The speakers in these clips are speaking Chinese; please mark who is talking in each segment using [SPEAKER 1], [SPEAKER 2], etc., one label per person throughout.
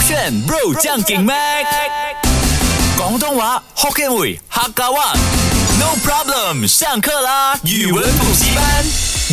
[SPEAKER 1] 选 bro 将劲 mac，广东话 Hokkien 语客家话。No problem，上课啦！语文补习班。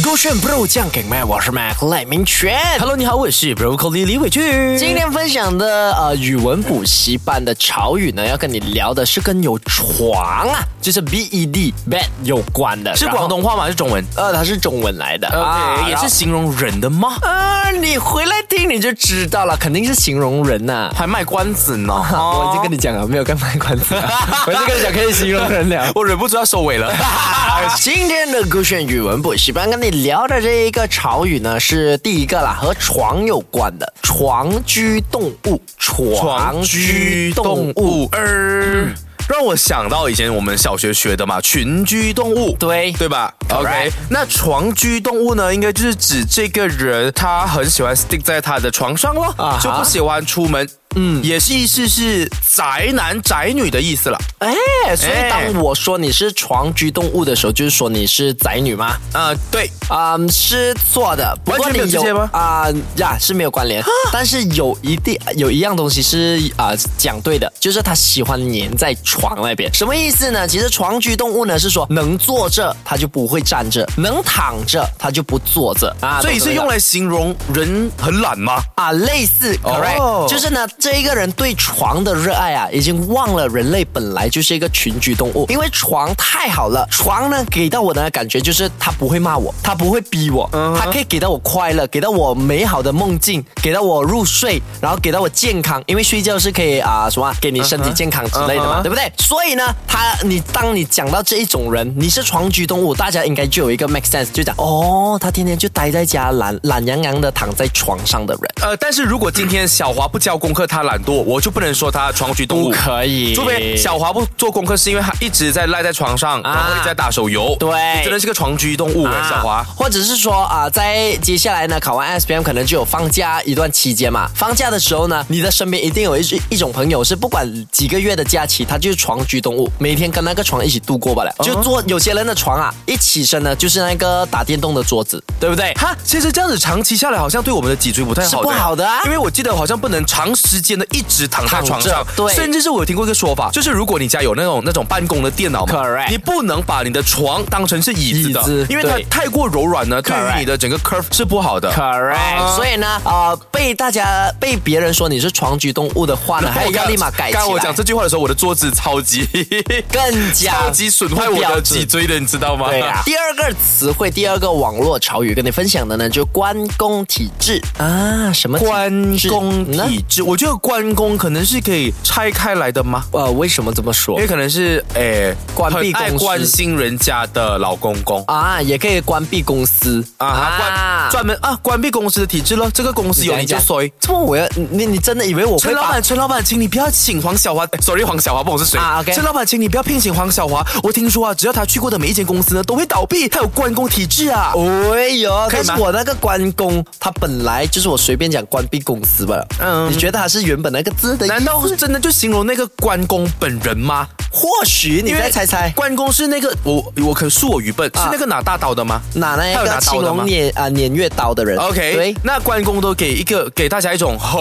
[SPEAKER 2] 勾选 Bro 酱给麦，我是 Mac 赖明全。
[SPEAKER 3] Hello，你好，我是 Broccoli 李伟俊。
[SPEAKER 2] 今天分享的呃语文补习班的潮语呢，要跟你聊的是跟有床啊，就是 B E D bed 有关的，
[SPEAKER 3] 是
[SPEAKER 2] 然后
[SPEAKER 3] 广东话吗？还是中文？
[SPEAKER 2] 呃，它是中文来的
[SPEAKER 1] 呃
[SPEAKER 3] 啊，也是形容人的吗？
[SPEAKER 2] 啊，你回来听你就知道了，肯定是形容人呐、
[SPEAKER 3] 还卖关 子呢！
[SPEAKER 2] 我已经跟你讲了，没有跟卖 关子了，我已经跟你讲可以形容人了。
[SPEAKER 3] 我忍不住要收尾 了。
[SPEAKER 2] 今天的勾选语文补习班跟你聊的这一个潮语呢，是第一个啦，和床有关的，床居动物，床居动物，
[SPEAKER 3] 儿。让我想到以前我们小学学的嘛，群居动物，
[SPEAKER 2] 对
[SPEAKER 3] 对吧
[SPEAKER 2] Correct
[SPEAKER 3] ？OK，那床居动物呢，应该就是指这个人他很喜欢 stick 在他的床上咯
[SPEAKER 2] 啊哈
[SPEAKER 3] 就不喜欢出门。嗯，也是意思是宅男宅女的意思了。
[SPEAKER 2] 哎，所以
[SPEAKER 3] 哎
[SPEAKER 2] 当我说你是床居动物的时候，就是说你是宅女吗？
[SPEAKER 3] 啊，对，
[SPEAKER 2] 啊、是错的，不过
[SPEAKER 3] 完全
[SPEAKER 2] 你
[SPEAKER 3] 没有直接吗啊
[SPEAKER 2] 啊呀、是没有关联，但是有一定有一样东西是啊、讲对的，就是他喜欢粘在床那边，什么意思呢？其实床居动物呢是说能坐着它就不会站着，能躺着它就不坐着啊，
[SPEAKER 3] 呃所以
[SPEAKER 2] 懂
[SPEAKER 3] 是用
[SPEAKER 2] 懂
[SPEAKER 3] 来形容人很懒吗？
[SPEAKER 2] 啊，类似
[SPEAKER 3] 哦
[SPEAKER 2] ，correct，、就是呢，这一个人对床的热爱啊，已经忘了人类本来就是一个群居动物，因为床太好了，床呢给到我的感觉就是他不会骂我，他不会逼我，
[SPEAKER 3] 嗯
[SPEAKER 2] 他可以给到我快乐，给到我美好的梦境，给到我入睡，然后给到我健康，因为睡觉是可以啊、什么啊给你身体健康之类的嘛
[SPEAKER 3] 嗯哼
[SPEAKER 2] 对不对？所以呢，他你当你讲到这一种人，你是床居动物，大家应该就有一个 make sense，就讲哦，他天天就待在家懒懒洋洋的躺在床上的人。
[SPEAKER 3] 呃，但是如果今天小华不交功课，他懒惰，我就不能说他床
[SPEAKER 2] 嗯
[SPEAKER 3] 居动物。
[SPEAKER 2] 以
[SPEAKER 3] 除非小华不做功课，是因为他一直在赖在床上，然后一直在打手游。
[SPEAKER 2] 啊对
[SPEAKER 3] 你真的是个床居动物、
[SPEAKER 2] 啊
[SPEAKER 3] 小华。
[SPEAKER 2] 或者是说啊、在接下来呢，考完 S P M 可能就有放假一段期间嘛。放假的时候呢，你的身边一定有一一种朋友是不管几个月的假期，他就是床居动物，每天跟那个床一起度过罢了。
[SPEAKER 3] 嗯
[SPEAKER 2] 就坐有些人的床啊，一起身呢就是那个打电动的桌子，对不对？
[SPEAKER 3] 哈，其实这样子长期下来，好像对我们的脊椎不太好的，
[SPEAKER 2] 是不好的啊
[SPEAKER 3] 因为我记得好像不能长时间的一直躺在床上
[SPEAKER 2] 躺着，对
[SPEAKER 3] 甚至是我有听过一个说法，就是如果你家有那种那种办公的电脑嘛
[SPEAKER 2] Correct
[SPEAKER 3] 你不能把你的床当成是椅子的，
[SPEAKER 2] 椅子
[SPEAKER 3] 因为它
[SPEAKER 2] 对
[SPEAKER 3] 太过柔软呢，对
[SPEAKER 2] Correct
[SPEAKER 3] 于你的整个 curve 是不好的。
[SPEAKER 2] Correct，、
[SPEAKER 3] 啊
[SPEAKER 2] 所以呢，呃，被大家被别人说你是床居动物的话呢，还
[SPEAKER 3] 我
[SPEAKER 2] 有要
[SPEAKER 3] 刚
[SPEAKER 2] 立马改起
[SPEAKER 3] 刚
[SPEAKER 2] 来，
[SPEAKER 3] 刚我讲这句话的时候，我的桌子超 级
[SPEAKER 2] 更加
[SPEAKER 3] 超级损坏
[SPEAKER 2] 不
[SPEAKER 3] 我
[SPEAKER 2] 标
[SPEAKER 3] 的
[SPEAKER 2] 准
[SPEAKER 3] 脊椎的，你知道吗？
[SPEAKER 2] 对啊呀、第二个词汇，第二个网络潮语跟你分享的呢，就关公体制啊，什么体
[SPEAKER 3] 关
[SPEAKER 2] 制
[SPEAKER 3] 公
[SPEAKER 2] 呢？
[SPEAKER 3] 体制，我觉得关公可能是可以拆开来的吗？
[SPEAKER 2] 呃，为什么这么说
[SPEAKER 3] 因为？可能是诶，
[SPEAKER 2] 关闭
[SPEAKER 3] 哦很爱
[SPEAKER 2] 公司
[SPEAKER 3] 关心人家的老公公。
[SPEAKER 2] 啊，也可以关闭公司
[SPEAKER 3] 啊，关专门啊关闭公司的体制咯，这个公司有你就衰。
[SPEAKER 2] 这么我要你你真的以为我
[SPEAKER 3] 陈
[SPEAKER 2] 会
[SPEAKER 3] 老
[SPEAKER 2] 把
[SPEAKER 3] 板，陈老板，请你不要请黄小华哎，sorry，黄小华不懂是谁
[SPEAKER 2] 啊，OK
[SPEAKER 3] 陈老板，请你不要聘请黄小华。我听说啊，只要他去过的每一间公司呢，都会倒闭，他有关公体制啊。
[SPEAKER 2] 哎呦，
[SPEAKER 3] 可以
[SPEAKER 2] 但
[SPEAKER 3] 吗
[SPEAKER 2] 是我那个关公，他本来就是我随便讲关闭公司吧。嗯，
[SPEAKER 3] 嗯
[SPEAKER 2] 你觉得他是原本那个字的意思？
[SPEAKER 3] 难道真的就形容那个关公本人吗？
[SPEAKER 2] 或许你
[SPEAKER 3] 因为
[SPEAKER 2] 再猜猜，
[SPEAKER 3] 关公是那个我我可恕我愚笨，是
[SPEAKER 2] 啊
[SPEAKER 3] 那个拿大刀的吗？
[SPEAKER 2] 哪那
[SPEAKER 3] 他有
[SPEAKER 2] 个
[SPEAKER 3] 拿
[SPEAKER 2] 青
[SPEAKER 3] 刀的
[SPEAKER 2] 龙
[SPEAKER 3] 吗
[SPEAKER 2] 偃啊偃月刀的人
[SPEAKER 3] OK，
[SPEAKER 2] 对，
[SPEAKER 3] 那关公都给一个给大家一种很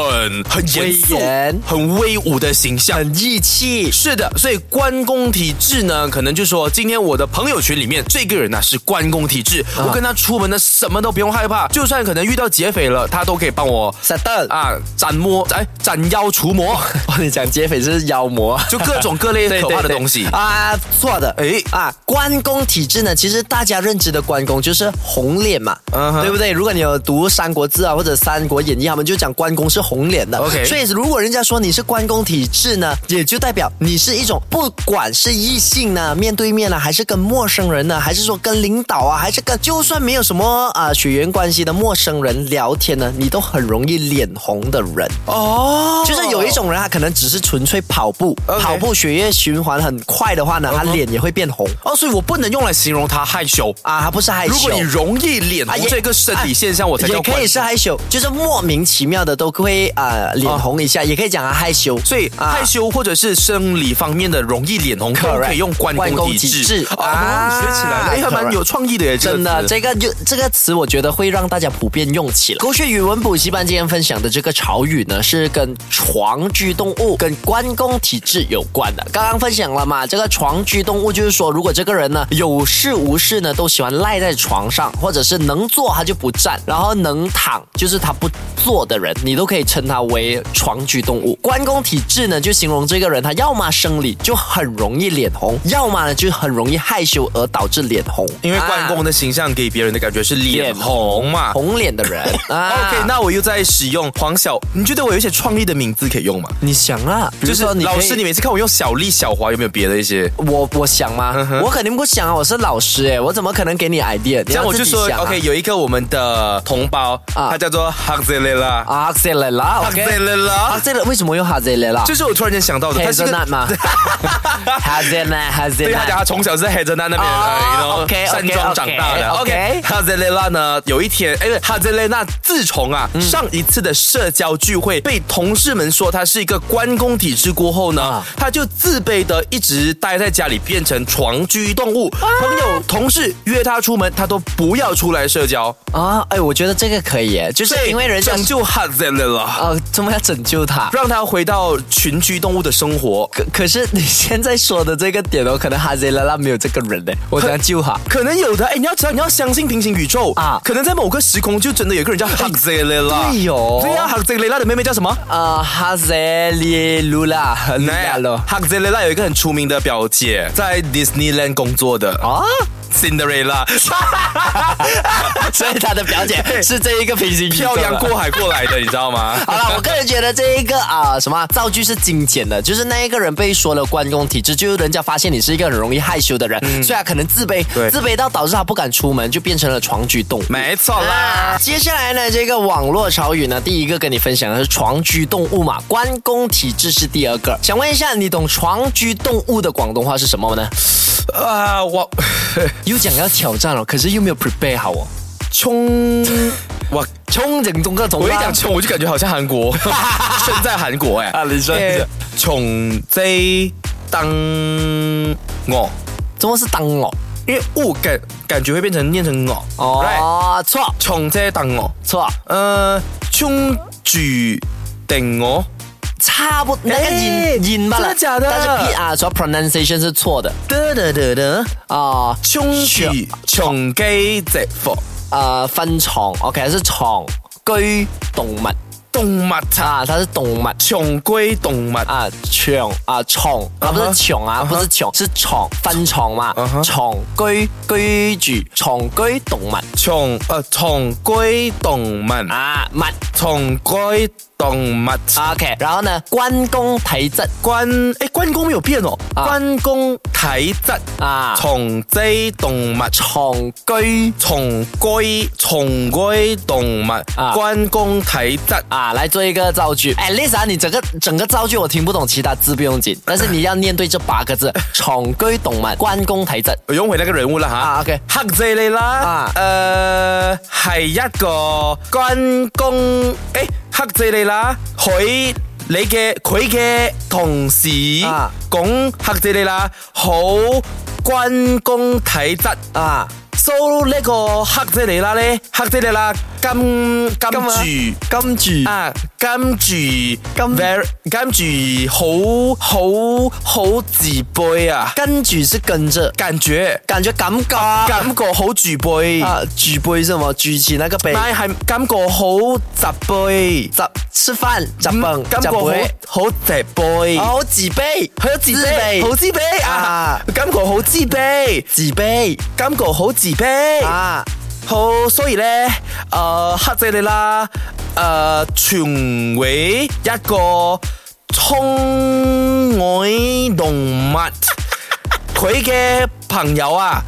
[SPEAKER 3] 很严肃
[SPEAKER 2] 威严、
[SPEAKER 3] 很威武的形象。
[SPEAKER 2] 很义气。
[SPEAKER 3] 是的，所以关公体制呢，可能就说今天我的朋友圈里面这个人呢、是关公体制，
[SPEAKER 2] 啊
[SPEAKER 3] 我跟他出门呢什么都不用害怕，就算可能遇到劫匪了，他都可以帮 我
[SPEAKER 2] Settle
[SPEAKER 3] 啊斩魔哎斩妖除 魔，
[SPEAKER 2] 哦，你讲劫匪就是妖魔，
[SPEAKER 3] 就各种各类可怕的东西。
[SPEAKER 2] 啊，错的，
[SPEAKER 3] 哎
[SPEAKER 2] 啊，关公体制呢，其实大家认知的关公就是红脸嘛
[SPEAKER 3] 嗯哼
[SPEAKER 2] 对不对？如果你有读《三国志》啊或者《三国演义》，他们就讲关公是红脸的。
[SPEAKER 3] OK
[SPEAKER 2] 所以如果人家说你是关公体制呢，也就代表你是一种不管是异性呢，面对面呢，还是跟陌生人呢，还是说跟领导啊，还是跟就算没有什么啊、血缘关系的陌生人聊天呢，你都很容易脸红的人。
[SPEAKER 3] 哦
[SPEAKER 2] 就是有一种人，他可能只是纯粹跑步
[SPEAKER 3] OK 嗯
[SPEAKER 2] 跑步血液循环环很快的话呢，他脸也会变红
[SPEAKER 3] 哦，所以我不能用来形容他害羞。
[SPEAKER 2] 啊，他不是害羞。
[SPEAKER 3] 如果你容易脸
[SPEAKER 2] 啊
[SPEAKER 3] 红这个生理现象，我才
[SPEAKER 2] 也
[SPEAKER 3] 叫
[SPEAKER 2] 可以
[SPEAKER 3] 怪。
[SPEAKER 2] 是啊害羞，就是莫名其妙的都会呃脸红一下，也可以讲他害羞。
[SPEAKER 3] 哦所以
[SPEAKER 2] 啊
[SPEAKER 3] 害羞或者是生理方面的容易脸红，都
[SPEAKER 2] Correct
[SPEAKER 3] 可以用关
[SPEAKER 2] 关
[SPEAKER 3] 公
[SPEAKER 2] 公
[SPEAKER 3] 体
[SPEAKER 2] 体
[SPEAKER 3] 质
[SPEAKER 2] 质
[SPEAKER 3] 哦
[SPEAKER 2] 啊
[SPEAKER 3] 学起来了，哎，还
[SPEAKER 2] Correct
[SPEAKER 3] 蛮有创意的耶，这个
[SPEAKER 2] 真的，
[SPEAKER 3] 词
[SPEAKER 2] 这个就这个词，我觉得会让大家普遍用起来。狗血语文补习班今天分享的这个潮语呢，是跟床居动物、跟关公体质有关的。刚刚分享了嘛，这个床居动物就是说，如果这个人呢有事无事呢都喜欢赖在床上，或者是能坐他就不站，然后能躺就是他不坐的人，你都可以称他为床居动物。关公体质呢，就形容这个人他要么生理就很容易脸红，要么呢就很容易害羞而导致脸红，
[SPEAKER 3] 因为关
[SPEAKER 2] 啊
[SPEAKER 3] 公的形象给别人的感觉是脸红嘛。
[SPEAKER 2] 红脸的人 啊
[SPEAKER 3] OK，那我又在使用黄小，你觉得我有一些创意的名字可以用吗？
[SPEAKER 2] 你想啊，比
[SPEAKER 3] 就
[SPEAKER 2] 如
[SPEAKER 3] 是
[SPEAKER 2] 说你可以
[SPEAKER 3] 老师，你每次看我用小丽、小华，有没有别的一些？
[SPEAKER 2] 我我想吗？
[SPEAKER 3] 嗯
[SPEAKER 2] 我肯定不想啊，我是老师哎，我怎么可能给你 idea？
[SPEAKER 3] 这
[SPEAKER 2] 这
[SPEAKER 3] 样我就说、OK，有一个我们的同胞，
[SPEAKER 2] 啊
[SPEAKER 3] 他叫做哈泽雷拉，
[SPEAKER 2] 啊，塞雷拉
[SPEAKER 3] 哈泽
[SPEAKER 2] ，OK，
[SPEAKER 3] 雷
[SPEAKER 2] 啊，
[SPEAKER 3] 拉，
[SPEAKER 2] 这个为什么用哈塞雷拉？
[SPEAKER 3] 这是我突然间想到的，他是一个
[SPEAKER 2] hazelnut 吗？哈塞奶，哈塞
[SPEAKER 3] 对他讲，
[SPEAKER 2] 奶，
[SPEAKER 3] 他从小是在黑泽那那边，
[SPEAKER 2] 哦
[SPEAKER 3] 哎然后
[SPEAKER 2] OK，OK，
[SPEAKER 3] 山庄长大的。
[SPEAKER 2] OK，OK
[SPEAKER 3] OK，哈泽雷拉呢，有一天，哎，哈泽雷拉自从啊
[SPEAKER 2] 嗯
[SPEAKER 3] 上一次的社交聚会被同事们说他是一个关公体质过后呢
[SPEAKER 2] 啊，
[SPEAKER 3] 他就自卑的一直待在家里，变成床居动物。朋友、同事约他出门，他都不要出来社交，
[SPEAKER 2] 啊，哎，我觉得这个可以耶，就是
[SPEAKER 3] 所以
[SPEAKER 2] 因为人家
[SPEAKER 3] 拯救哈泽雷拉。
[SPEAKER 2] 呃，怎么要拯救他？
[SPEAKER 3] 让他回到群居动物的生活，
[SPEAKER 2] 可可是你现在说的这个点哦，可能哈塞雷拉没有这个人嘞，我想救他。
[SPEAKER 3] 可能有的，哎，你要知道，你要相信平行宇宙啊
[SPEAKER 2] 啊，
[SPEAKER 3] 可能在某个时空就真的有个人叫 哈泽雷拉，
[SPEAKER 2] 对哟
[SPEAKER 3] 啊对呀，哈泽雷拉的妹妹叫什么？
[SPEAKER 2] 哎啊，哈塞里鲁拉，鲁拉咯。
[SPEAKER 3] 哈泽雷拉有一个很出名的表姐，在 Disneyland 工作的
[SPEAKER 2] 啊，
[SPEAKER 3] Cinderella，
[SPEAKER 2] 所以他的表姐是这一个平行宇宙的
[SPEAKER 3] 漂洋过海过来的，你知道 吗？
[SPEAKER 2] 好了，我个人觉得这一个啊、什么造句是精简的，就是那一个人被说了关公体质，就是人家发现你是一个很容易害羞的人，所以他可能自卑
[SPEAKER 3] 嗯对，
[SPEAKER 2] 自卑到导致他不敢出门，就变成了床居动物。
[SPEAKER 3] 没错啦
[SPEAKER 2] 啊，。接下来呢，这个网络潮语呢，第一个跟你分享的是床居动物嘛，关公体质是第二个。想问一下，你懂床居动物的广东话是什么呢？
[SPEAKER 3] 啊，我
[SPEAKER 2] 又讲要挑战哦，可是又没有 prepare 好哦，
[SPEAKER 3] 冲，我
[SPEAKER 2] 冲整中个总
[SPEAKER 3] 我一
[SPEAKER 2] 啦
[SPEAKER 3] 讲冲，我就感觉好像韩 国，身在韩国哎。
[SPEAKER 2] 啊你说你
[SPEAKER 3] 哎
[SPEAKER 2] 说
[SPEAKER 3] 冲贼当我。
[SPEAKER 2] 怎么是当哦我？
[SPEAKER 3] 因为物感感觉会变成念成我，right？
[SPEAKER 2] 哦，错
[SPEAKER 3] 从这当我，
[SPEAKER 2] 错。
[SPEAKER 3] 呃，冲举定我，
[SPEAKER 2] 差不那个
[SPEAKER 3] 哎
[SPEAKER 2] 音音吧了，
[SPEAKER 3] 真的假的
[SPEAKER 2] 但是 P R 主要 pronunciation 是错的
[SPEAKER 3] 得得得得，
[SPEAKER 2] 啊
[SPEAKER 3] 冲举从鸡直服
[SPEAKER 2] 呃分床，OK 是床居动物
[SPEAKER 3] 动物啊，
[SPEAKER 2] 啊，它是动物
[SPEAKER 3] 从归动物
[SPEAKER 2] 啊床啊床啊
[SPEAKER 3] 嗯
[SPEAKER 2] 不是
[SPEAKER 3] 哼
[SPEAKER 2] 床啊不是床是床分床嘛
[SPEAKER 3] 嗯哼
[SPEAKER 2] 床居居住床居动物
[SPEAKER 3] 从呃从归动物，
[SPEAKER 2] 啊物啊
[SPEAKER 3] 从归动物。
[SPEAKER 2] OK，然后呢关公体质
[SPEAKER 3] 关哎关公没有变哦，
[SPEAKER 2] 啊
[SPEAKER 3] 关公体质
[SPEAKER 2] 啊
[SPEAKER 3] 从鸡动物。
[SPEAKER 2] 床居
[SPEAKER 3] 从归从归动物，
[SPEAKER 2] 啊
[SPEAKER 3] 关公体质。
[SPEAKER 2] 啊，来做一个造句。哎，Lisa，你整个整个造句我听不懂，其他字不用紧，但是你要念对这八个字：宠居动物，关公提质。
[SPEAKER 3] 我用回那个人物啦吓、
[SPEAKER 2] 啊，OK
[SPEAKER 3] 黑仔你啦，
[SPEAKER 2] 啊
[SPEAKER 3] 呃系一個關公，诶、黑仔你啦，佢你嘅佢嘅同事
[SPEAKER 2] 啊
[SPEAKER 3] 講黑仔你啦，好關公體質。
[SPEAKER 2] 啊
[SPEAKER 3] so 呢個黑仔你啦咧，黑仔你啦，金金住。
[SPEAKER 2] 金主啊，
[SPEAKER 3] 啊，跟住
[SPEAKER 2] 跟
[SPEAKER 3] very 跟住好好好自卑啊，
[SPEAKER 2] 跟主是跟着，
[SPEAKER 3] 感覺。
[SPEAKER 2] 感觉感觉啊，
[SPEAKER 3] 感覺好自卑，
[SPEAKER 2] 举杯是吗？举起那个杯，
[SPEAKER 3] 但係感覺好窒背，
[SPEAKER 2] 咋吃饭？咋蹦？
[SPEAKER 3] 感覺
[SPEAKER 2] 咋
[SPEAKER 3] 好
[SPEAKER 2] 杯？
[SPEAKER 3] 好窒背，
[SPEAKER 2] 好自卑，
[SPEAKER 3] 好自卑，好自卑啊
[SPEAKER 2] 啊！
[SPEAKER 3] 感覺好自卑，
[SPEAKER 2] 自卑
[SPEAKER 3] 感覺好自卑，
[SPEAKER 2] 啊
[SPEAKER 3] 好所以咧，誒黑仔你啦，誒全為一個寵愛動物，佢 à. Ờ, 嘅朋友啊，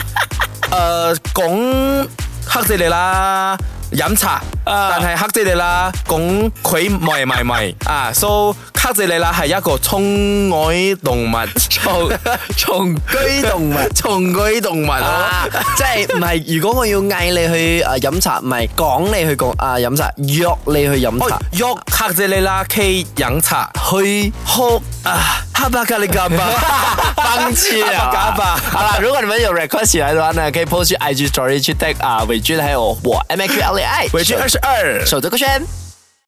[SPEAKER 3] 誒講黑仔你啦，飲茶，
[SPEAKER 1] 啊
[SPEAKER 3] 但係黑仔你啦，講佢迷迷迷啊，so À, 黑仔你啦係一個寵愛動物，
[SPEAKER 2] 從 從居動物。
[SPEAKER 3] 寵愛動物啊
[SPEAKER 2] 啊，即係唔係？如果我要嗌你去啊飲茶，唔係講你去講啊飲茶，約你去飲茶
[SPEAKER 3] 哦，約黑仔你啦 K 飲茶，
[SPEAKER 2] 去哭
[SPEAKER 3] 啊，
[SPEAKER 2] 哈巴咖喱嘎巴， 放弃了，
[SPEAKER 3] 哈巴嘎巴
[SPEAKER 2] 啊好啦，如果你们有 request 起来的话呢，可以 post 去 IG story 去 tag 啊、伟俊还有我 M A Q L A I，
[SPEAKER 3] 委屈二十二。
[SPEAKER 2] 手这个圈。